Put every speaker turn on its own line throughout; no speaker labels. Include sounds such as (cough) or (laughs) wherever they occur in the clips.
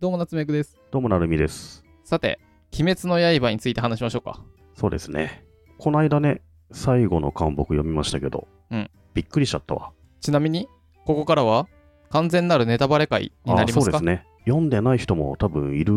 どうも、夏目くです。
どうもなるみです。
さて、鬼滅の刃について話しましょうか。
そうですね。こないだね、最後の巻僕読みましたけど、
うん
びっくりしちゃったわ。
ちなみに、ここからは完全なるネタバレ会にな
あ
り
そ
ま
う
す
で
か
すね。読んでない人も多分いる、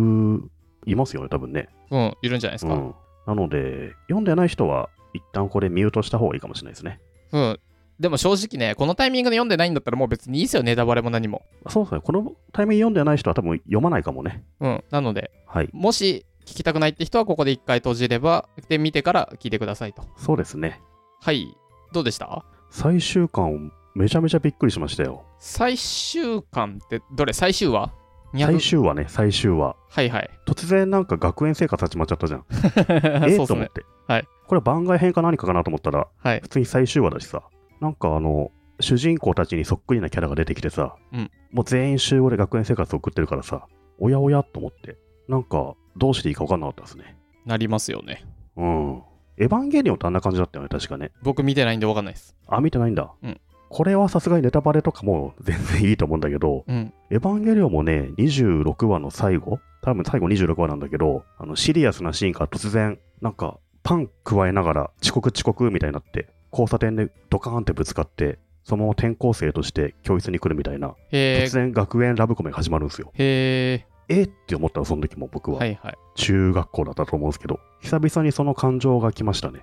いますよね、多分ね。
うん、いるんじゃないです
う
か。
ん。なので、読んでない人は、一旦これミュートした方がいいかもしれないですね。
うん。でも正直ね、このタイミングで読んでないんだったらもう別にいいですよ、ネタバレも何も。
そうですね。このタイミング読んでない人は多分読まないかもね。
うん。なので、
はい。
もし聞きたくないって人はここで一回閉じれば、で、見てから聞いてくださいと。
そうですね。
はい。どうでした
最終巻、めちゃめちゃびっくりしましたよ。
最終巻って、どれ最終話 ?200?
最終話ね、最終話。
はいはい。
突然なんか学園生活始まっちゃったじゃん。 (laughs)
(laughs)
え
そ
ー
う
と
です
思っ
ね。
て。
はい
これは番外編か何かかなと思ったら、
はい。
普通に最終話だしさなんかあの主人公たちにそっくりなキャラが出てきてさ、
うん
もう全員集合で学園生活を送ってるからさおやおやと思ってなんかどうしていいか分かんなかったですね
なりますよね。
うんエヴァンゲリオンってあんな感じだったよね確かね
僕見てないんでわかんないです。
あ見てないんだ、
うん
これはさすがにネタバレとかも全然いいと思うんだけど
うん。
エヴァンゲリオンもね26話の最後多分最後26話なんだけどあのシリアスなシーンから突然なんかパン加えながら遅刻遅刻みたいになって交差点でドカーンってぶつかってそのまま転校生として教室に来るみたいな
えー、
突然学園ラブコメが始まるんですよ
へ
えっって思ったらその時も僕
ー。は
はい
はい。
中学校だったと思うんですけど久々にその感情が来ましたね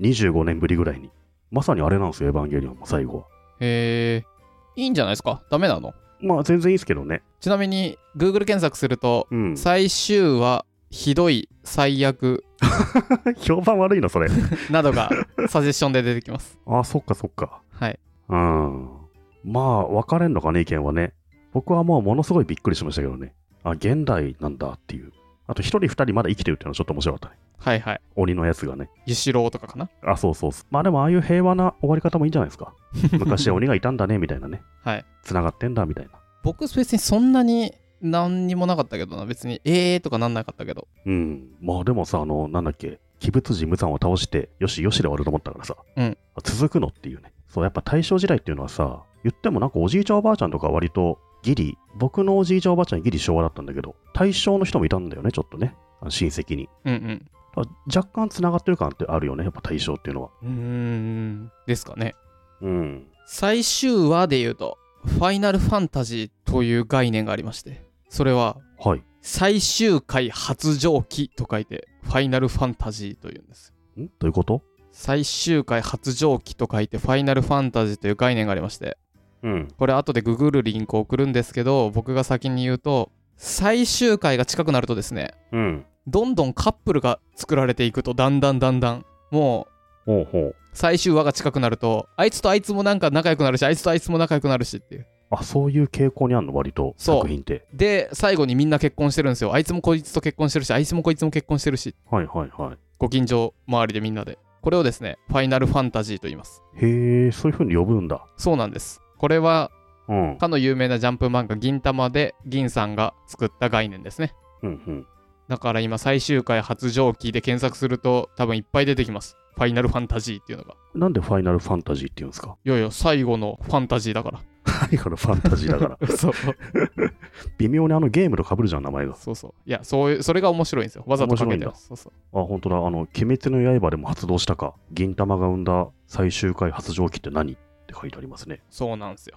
25年ぶりぐらいにまさにあれなんですよエヴァンゲリオンも最後は
(laughs) へえ、いいんじゃないですかダメなの
まあ全然いいですけどね
ちなみに、Google 検索すると、
うん
最終話、ひどい、最悪、
(laughs) 評判悪いのそれ
など (laughs) がサジェッションで出てきます。
あそっかそっか
はい。
うん。まあ、分かれんのかね、意見はね。僕はもうものすごいびっくりしましたけどね。あ、現代なんだっていう。あと、一人二人まだ生きてるっていうのはちょっと面白かったね。
はいはい。
鬼のやつがね。
ゆしろうとかかな
あ、そうそうそう。まあでも、ああいう平和な終わり方もいいんじゃないですか。昔は鬼がいたんだね、みたいなね。
はい。
繋がってんだ、みたいな。
僕、別にそんなに何にもなかったけどな。別に、えーとかなんなかったけど。
うん。まあでもさ、あの、なんだっけ、鬼物寺無惨を倒して、よしよしで終わると思ったからさ、
うん
続くのっていうね。そう、やっぱ大正時代っていうのはさ、言ってもなんかおじいちゃんおばあちゃんとか割とギリ、僕のおじいちゃんおばあちゃんギリ昭和だったんだけど、大正の人もいたんだよね、ちょっとね。あの親戚に。
うんうん。
だから若干つながってる感ってあるよね、やっぱ大正っていうのは。
うーん。ですかね。
うん。
最終話で言うと、ファイナルファンタジーという概念がありまして、それは、
はい。
最終回発情期と書いて、ファイナルファンタジーというんです。
んどういうこと
最終回発情期と書いて、ファイナルファンタジーという概念がありまして、
うん。
これ後でググるリンクを送るんですけど、僕が先に言うと、最終回が近くなるとですね、
うん。
どんどんカップルが作られていくと、だんだんだんだん、もう、
ほうほう。
最終話が近くなると、あいつとあいつもなんか仲良くなるし、あいつとあいつも仲良くなるしっていう。
あ、そういう傾向にあるの、割と、
そう
作品って。
で、最後にみんな結婚してるんですよ。あいつもこいつと結婚してるし、あいつもこいつも結婚してるし、
はいはいはい。
ご近所周りでみんなで。これをですね、ファイナルファンタジーと言います。
へえ、そういう風に呼ぶんだ。
そうなんです。これは、
うん。
かの有名なジャンプ漫画、銀玉で銀さんが作った概念ですね。
うんうん。
だから今、最終回発情期で検索すると、多分いっぱい出てきます。ファイナルファンタジーっていうのが。
なんでファイナルファンタジーって言うんですか
いよいよ最後のファンタジーだから。
最後のファンタジーだ
(laughs)
から。
そう
微妙にあのゲームと被るじゃん、名前が。あ、
そうそう。いや、そういう、それが面白いんですよ。わざとかけて
面白いん
る。
だ
そうそう。
本当だ。あの、鬼滅の刃でも発動したか。銀玉が生んだ最終回発情期って何って書いてありますね。
そうなんですよ。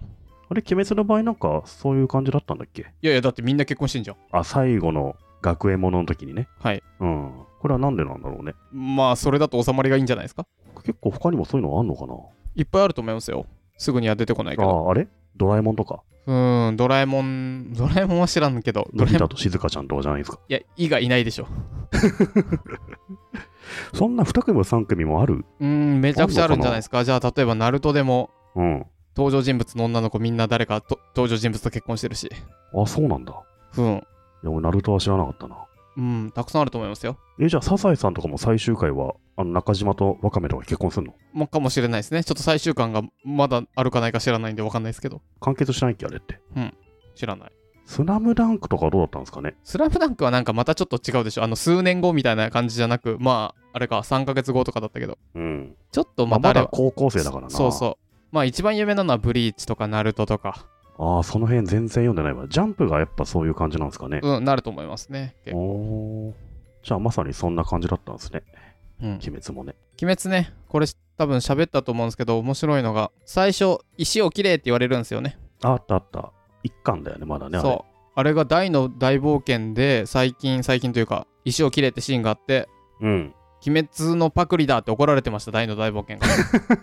あれ、鬼滅の場合なんか、そういう感じだったんだっけ
いやいや、だってみんな結婚してんじゃん。
あ、最後の学園ものの時にね。
はい。
うん。これはなんでなんだろうね。
まあ、それだと収まりがいいんじゃないですか。
結構他にもそういうのあんのかない
っぱいあると思いますよ。すぐには出てこないけど。
ああ、あれドラえもんとか。
うーん、ドラえもん、ドラえもんは知らんけ
(laughs)
ど、ド
の
ラ
び
えもん、
太と静香ちゃんとかじゃないですか。
いや、いがいないでしょ。
そんな2組も3組もある
うーん、めちゃくちゃあるんじゃないですか。じゃあ、例えば、ナルトでも、
うん。
登場人物の女の子みんな誰かと登場人物と結婚してるし。
あ、そうなんだ。
うん。
いや、俺、ナルトは知らなかったな。
うん、たくさんあると思いますよ。
え、じゃあ、サザエさんとかも最終回は、あの中島とワカメとか結婚するの
まあ、かもしれないですね。ちょっと最終巻がまだあるかないか知らないんでわかんないですけど。
完結しないっけ、あれって。
知らない。
スラムダンクとかはどうだったんですかね
スラムダンクはなんかまたちょっと違うでしょ。あの、数年後みたいな感じじゃなく、まあ、あれか、3ヶ月後とかだったけど。
うん。
ちょっと
まあ、
また
ま
あれ
だ
は、
高校生だからな。
そうそう。まあ、一番有名なのはブリーチとかナルトとか、
ああ、その辺全然読んでないわ。ジャンプがやっぱそういう感じなんですかね。
うん、なると思いますね。結構
おーじゃあまさにそんな感じだったんですね。
うん、
鬼滅もね。
鬼滅ね、これ多分喋ったと思うんですけど、面白いのが、最初、石をきれいって言われるんですよね。
あったあった。一巻だよね、まだね。あれ
そう。あれが大の大冒険で、最近、最近というか、石をきれいってシーンがあって、
うん。
鬼滅のパクリだって怒られてました、大の大冒険 (laughs) が。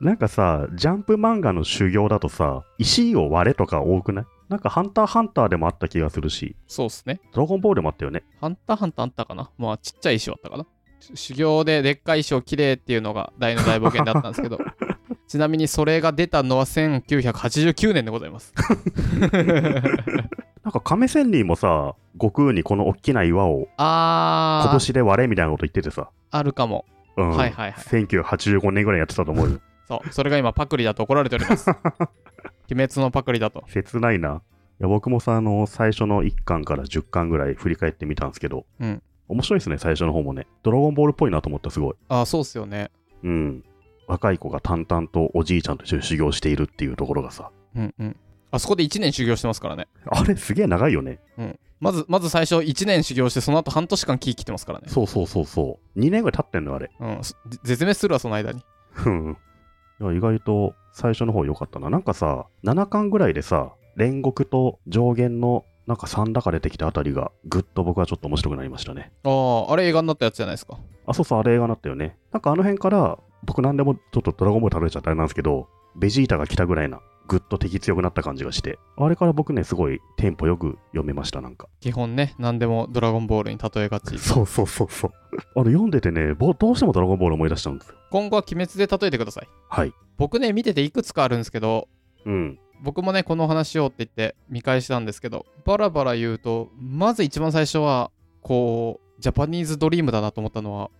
なんかさ、ジャンプ漫画の修行だとさ、石を割れとか多くないなんかハンターハンターでもあった気がするし、
そうっすね。
ドラゴンボールでもあったよね。
ハンターハンターあったかなまあ、ちっちゃい石はあったかなし修行ででっかい石をきれいっていうのが大の大冒険だったんですけ (laughs) ど、ちなみにそれが出たのは1989年でございます。
なんか亀仙人もさ、悟空にこの大きな岩を
あー、
拳で割れみたいなこと言っててさ、
あるかも。
うん、
はいはいはい
1985年ぐらいやってたと思うよ。 (laughs)
そう、それが今パクリだと怒られております。鬼滅のパクリだと。
切ないな。いや僕もさ、あの、最初の1巻から10巻ぐらい振り返ってみたんですけど、
うん
面白いですね、最初の方もね。ドラゴンボールっぽいなと思った、すごい。
あー、そうっすよね。
うん。若い子が淡々とおじいちゃんと一緒に修行しているっていうところがさ、
うんうん。あそこで1年修行してますからね。
あれすげえ長いよね。
まず、まず最初1年修行して、その後半年間木切ってますからね。
そうそうそうそう。2年ぐらい経ってんのよ、あれ。
うん。す絶滅するわ、その間に。
うんいや意外と最初の方良かったな。なんかさ、7巻ぐらいでさ、煉獄と上限のなんか3だか出てきたあたりが、ぐっと僕はちょっと面白くなりましたね。
ああ、あれ映画になったやつじゃないですか。
あ、そうそう、あれ映画になったよね。なんかあの辺から、僕なんでもちょっとドラゴンボール食べちゃったあれなんですけど、ベジータが来たぐらいな、ぐっと敵強くなった感じがして、あれから僕ね、すごいテンポよく読めました、なんか。
基本ね、何でもドラゴンボールに例えがち。
そうそうそうそう。あれ読んでてね、ぼどうしてもドラゴンボール思い出したんですよ。
今後は鬼滅で例えてください。
はい。
僕ね、見てていくつかあるんですけど、
うん。
僕もね、この話をって言って見返したんですけど、バラバラ言うと、まず一番最初は、こう、ジャパニーズドリームだなと思ったのは、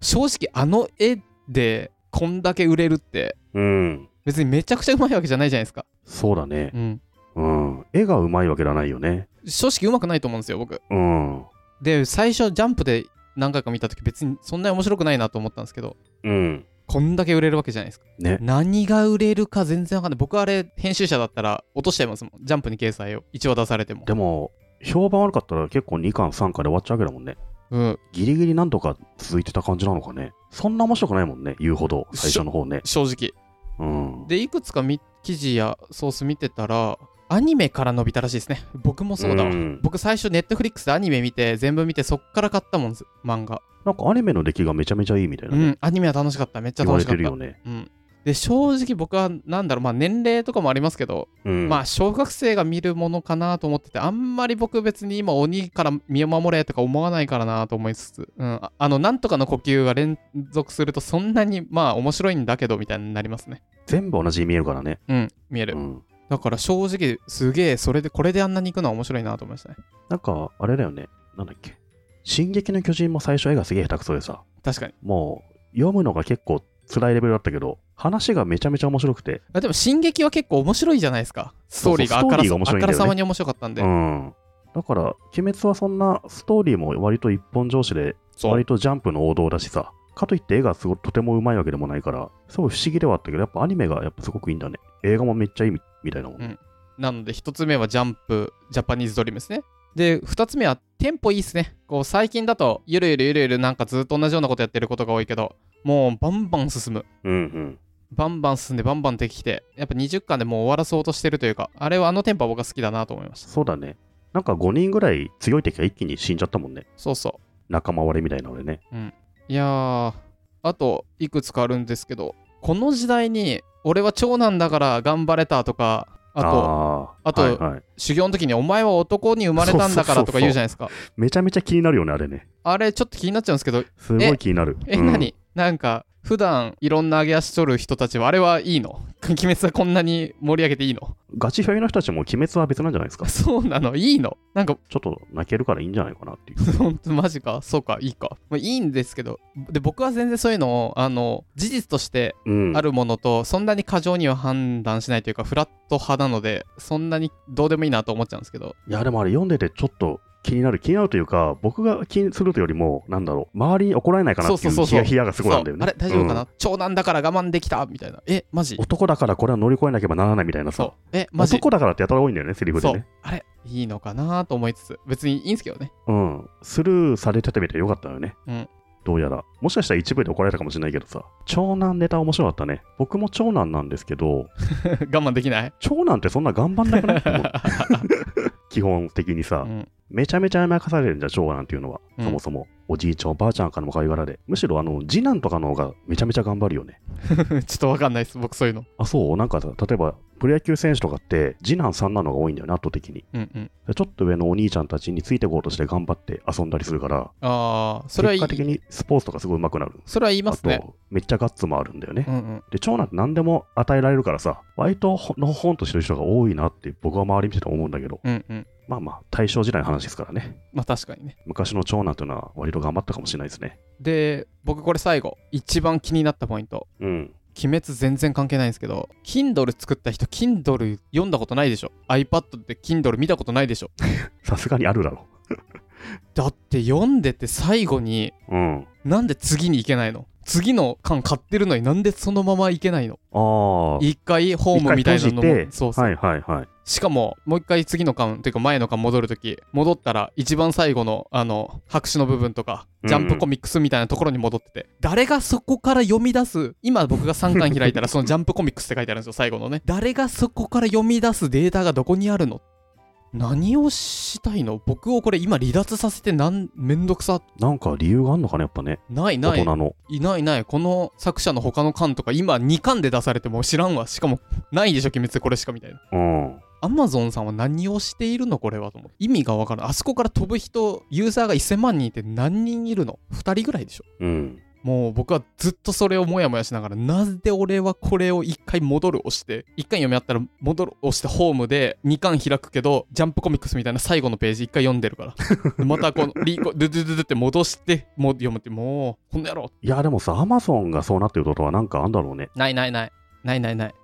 正直あの絵でこんだけ売れるって、
うん。
別にめちゃくちゃうまいわけじゃないじゃないですか。
そうだね
う。ん。
うん。絵がうまいわけじゃないよね。
正直うまくないと思うんですよ、僕。
うん。
で、最初ジャンプで何回か見たとき、別にそんなに面白くないなと思ったんですけど、
うん。
こんだけ売れるわけじゃないですか。
ね。
何が売れるか全然わかんない。僕あれ、編集者だったら落としちゃいますもん。ジャンプに掲載を。一応出されても。
でも、評判悪かったら結構2巻、3巻で終わっちゃうわけだもんね。
うん。
ギリギリなんとか続いてた感じなのかね。そんな面白くないもんね、言うほど、最初の方ね。
正直。
うん。
で、いくつかみ記事やソース見てたら、アニメから伸びたらしいですね。 (laughs) 僕もそうだわ。
ん
僕最初、ネットフリックスでアニメ見て、全部見て、そっから買ったもん、漫画。
なんかアニメの出来がめちゃめちゃいいみたいうなね。
ん、アニメは楽しかった。めっちゃ
言わ
楽し
れ
か
て
っ
る
た。
よね。
うん。で、正直僕は、なんだろう、まあ年齢とかもありますけど、
うん。
まあ小学生が見るものかなと思っててあんまり僕別に今鬼から身を守れとか思わないからなと思いつつ、うん、ああのなんとかの呼吸が連続するとそんなにまあ面白いんだけどみたいになりますね
全部同じに見えるからね。
うん見える、
うん。
だから正直すげえそれでこれであんなに行くのは面白いなと思いましたね
なんか、あれだよね。なんだっけ。進撃の巨人も最初絵がすげえ下手くそでさ、
確かに
もう読むのが結構辛いレベルだったけど、話がめちゃめちゃ面白くて、
あでも「進撃」は結構面白いじゃないですかストーリーがあから
そうそうストーリーが面白いんだよね
あからさまに面白かったんで、
うん。だから、鬼滅はそんなストーリーも割と一本上司で、
そう
割とジャンプの王道だしさ、かといって絵がすごとてもうまいわけでもないから、すごい不思議ではあったけど、やっぱアニメがやっぱすごくいいんだね。映画もめっちゃいいみみたいなもんね。
なので1つ目はジャンプジャパニーズドリームですね。で2つ目はテンポいいっすね。こう最近だとゆるゆるゆるゆるなんかずっと同じようなことやってることが多いけどもうバンバン進む。
うんうん。
バンバン進んでバンバンできてやっぱ20巻でもう終わらそうとしてるというかあれはあのテンポは僕は好きだなと思いました。
そうだね。なんか5人ぐらい強い敵が一気に死んじゃったもんね。
そうそ
仲間割れみたいなのでね。
う。いやーあといくつかあるんですけどこの時代に俺は長男だから頑張れたとかあと
と
あと
はいはい、
修行の時にお前は男に生まれたんだからとか言うじゃないですか。
めちゃめちゃ気になるよね、あれね。
あれちょっと気になっちゃうんですけど
すご
え
い気になる。
え、
うん
何なんか普段いろんな上げ足取る人たちはあれはいいの鬼滅はこんなに盛り上げていいの
ガチフェイの人たちも鬼滅は別なんじゃないですか。ち
そうなのいいのなんか
ょっと泣けるからいいんじゃないかなっていう。
本当マジかそうかいいか、まあ、いいんですけどで僕は全然そういうのをあの事実として
うん、
あるものとそんなに過剰には判断しないというかフラット派なのでそんなにどうでもいいなと思っちゃうんですけど
いや、でもあれ読んでてちょっと気になる、気になるというか、僕が気にするというよりも、なんだろう、周りに怒られないかな
そう
っ
そ
ていう
そう
う
そ
ヒ
う
ヤヒヤがすごいなんだよね。
そうあれ大丈夫かな、
うん
長男だから我慢できたみたいなえマジ
男だからこれは乗り越えなければならないみたいなさ
そ、うえマジ
男だからってやたら多いんだよね、セリフで
そ
ね
う。あれいいのかなと思いつつ別にいいんすけどね (laughs)
うん、スルーされてたみたいでよかったよね。
うん
どうやら。もしかしたら一部で怒られたかもしれないけどさ、長男ネタ面白かったね。僕も長男なんですけど、
我慢できない、
長男ってそんな頑張んなく
(laughs)
ないって思う基本的に
う
さ、
ん、 (laughs)
めちゃめちゃ甘やかされるんじゃん、長男っていうのは。
うん
そもそも。おじいちゃん、おばあちゃんからもかいわられ。むしろ、あの、次男とかの方がめちゃめちゃ頑張るよね。
ちょっとわかんないです僕そういうの
あ、そうなんかさ、例えば、プロ野球選手とかって、次男さんなのが多いんだよね、圧倒的に。
うんうん
でちょっと上のお兄ちゃんたちについていこうとして頑張って遊んだりするから、
ああそれはい
結
い
果的にスポーツとかすごい上手くなる。
それは言います
あ
ね
と、めっちゃガッツもあるんだよね。
うんうん
で、長男って何でも与えられるからさ、割とほのほんとしてる人が多いなって僕は周り見てて思うんだけど、
うんうん
まあまあ、大正時代の話ですからね。
まあ確かにね
昔の長男というのは割と頑張ったかもしれないですね。
で僕これ最後一番気になったポイント
うん。
鬼滅全然関係ないんですけど Kindle 作った人 Kindle 読んだことないでしょ iPad で Kindle 見たことないでしょ
さすがにあるだろ
だって読んでて最後に
う。うん。
なんで次に行けないの次の巻買ってるのになんでそのまま行けないの
ああ。
一回ホームみたいなの
一回閉じ
も
て
そうそう、
はいはいはい。
しかももう一回次の巻というか前の巻戻るとき戻ったら一番最後のあの白紙の部分とか
うん
ジャンプコミックスみたいなところに戻ってて、誰がそこから読み出す今僕が3巻開 (laughs) いたらそのジャンプコミックスって書いてあるんですよ最後のね誰がそこから読み出すデータがどこにあるの何をしたいの僕をこれ今離脱させてなんめんどくさ
なんか理由があるのかね、やっぱね。
ない
大
ない
人の。
いないいないこの作者の他の巻とか今2巻で出されても知らんわしかもないでしょ鬼滅これしかみたいな
うん。
アマゾンさんは何をしているのこれはと思って意味がわからないあそこから飛ぶ人ユーザーが1000万人いて何人いるの2人ぐらいでしょ
うん。
もう僕はずっとそれをもやもやしながらなぜ俺はこれを1回戻る押して1回読み合ったら戻る押してホームで2巻開くけどジャンプコミックスみたいな最後のページ1回読んでるから (laughs) でまたこのリコドゥドゥドゥドゥって戻してもう読むってもうこの野郎
いや、でもさ、アマゾンがそうなってることはなんかあんだろうね。
ないないないないないない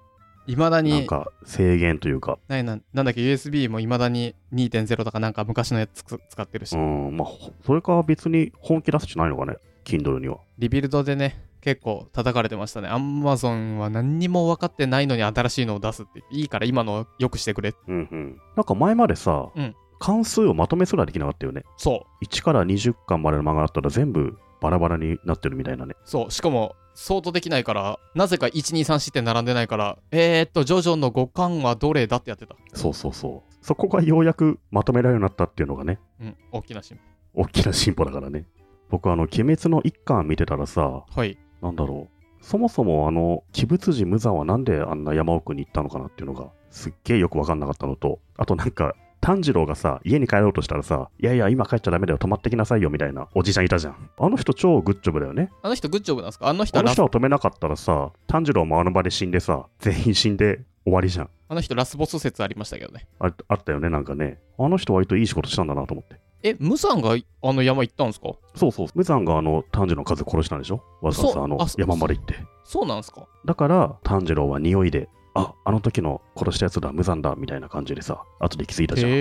いまだに
なんか制限というか、
ないなんなんだっけ USB もいまだに2.0とかなんか昔のやつつ使ってるし、
うん、まあ、ほそれか別に本気出すんじゃないのかね、Kindle には。
リビルドでね結構叩かれてましたね Amazon は何にも分かってないのに新しいのを出すっていいから今のよくしてくれ
うんうん。なんか前までさ、
うん
関数をまとめすらできなかったよね。
そ
1から20巻までの漫画だったら全部バラバラになってるみたいなね
う。そうしかも相当できないからなぜか1234って並んでないからえー、っとジョジョの5巻はどれだってやってた
そうそうそう。そこがようやくまとめられるようになったっていうのがね、
うん大きな進
大きな進歩だからね。僕、あの、鬼滅の一巻見てたらさ、
歩はい
なんだろう。そもそもあの、鬼仏寺無惨はなんであんな山奥に行ったのかなっていうのが、すっげえよくわかんなかったのと、あとなんか、炭治郎がさ、家に帰ろうとしたらさ、いやいや、今帰っちゃダメだよ、泊まってきなさいよ、みたいなおじちゃんいたじゃん。あの人超グッジョブだよね。
あの人グッジョブなんですかあの人
あ
は
の
ラス
人を止めなかったらさ、炭治郎もあの場で死んでさ、全員死んで終わりじゃん。
あの人ラスボス説ありましたけどね
ああったよね、なんかね。あの人割といい仕事したんだなと思って。
えムさんがあの山行ったんですか
そうそう。無惨があの炭治郎の数殺したんでしょわざわ
そう
ざあの
あそう
山まで行って。
そうなんですか
だから炭治郎は匂いで、あ、あの時の殺したやつだ、無惨だ、みたいな感じでさ、後で気づいたじゃん。
へ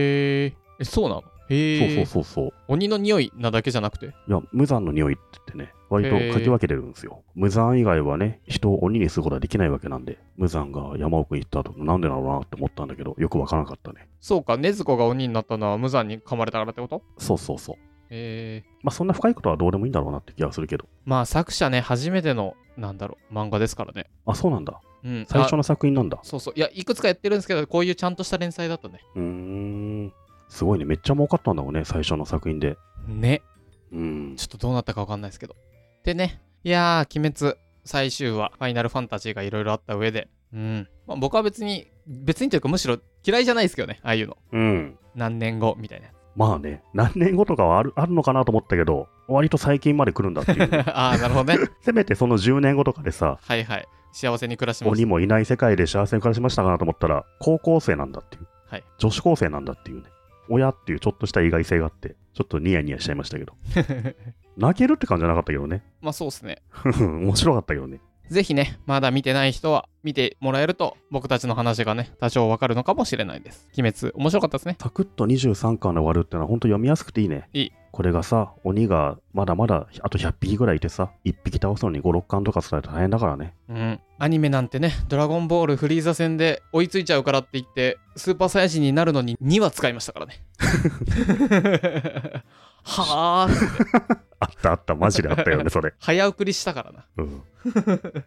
ーえそうなのへ
そ
え
うそうそうそう。
鬼の匂いなだけじゃなくて
いや、無惨の匂いって言ってね、割とかき分けてるんですよ。無惨以外はね、人を鬼にすることはできないわけなんで、無惨が山奥に行った後、なんでなのかなって思ったんだけど、よくわからなかったね。
そうか禰豆子が鬼になったのは無惨に噛まれたからってこと
そうそうそう。
えー、
まあそんな深いことはどうでもいいんだろうなって気がするけど。
まあ作者ね初めてのなんだろう漫画ですからね
あ、そうなんだ。
うん
最初
あ
の作品なんだ。
そうそういやいくつかやってるんですけどこういうちゃんとした連載だったね
うーん。すごいね。めっちゃ儲かったんだろうね、最初の作品で。
ね
うん
ち。ょっとどうなったかわかんないですけどでねいやー鬼滅最終話ファイナルファンタジーがいろいろあった上でうん、まあ、僕は別に別にというかむしろ嫌いじゃないですけどねああいうの
うん。
何年後みたいな (laughs)
まあね、何年後とかはあるあるのかなと思ったけど、割と最近まで来るんだっ
(laughs)
ていう。
ああなるほどね
せめてその10年後とかでさ、
はいはい幸せに暮らします (laughs)
鬼もいない世界で幸せに暮らしましたかなと思ったら、高校生なんだっていう。
はい
女子高生なんだっていうね。親っていうちょっとした意外性があって、ちょっとニヤニヤしちゃいましたけど。泣けるって感じじゃなかったけどね。 (laughs)
まあそうっすね
面白かったけどね。
ぜひね、まだ見てない人は見てもらえると、僕たちの話がね、多少わかるのかもしれないです。鬼滅、面白かったですね。
サクッと23巻で終わるってのは本当読みやすくていいね。
いい
これがさ、鬼がまだまだあと100匹ぐらいいてさ、1匹倒すのに5、6巻とか伝えたら大変だからね。
うん。アニメなんてね、ドラゴンボールフリーザ戦で追いついちゃうからって言って、スーパーサイヤ人になるのに2は使いましたからね。はあ、
あったあった、マジであったよ (laughs) ね、それ。
早送りしたからな。
うん。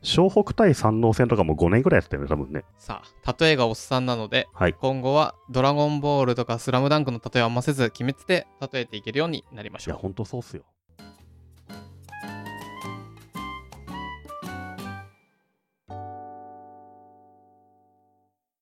湘北対山王戦とかも5年ぐらいやってたよね、多分ね。
さあ、例えがおっさんなので、
はい
今後はドラゴンボールとかスラムダンクの例えをあんませず、鬼滅で例えていけるようになりまし
い
ょ
や、
う。
本当そうっすよ。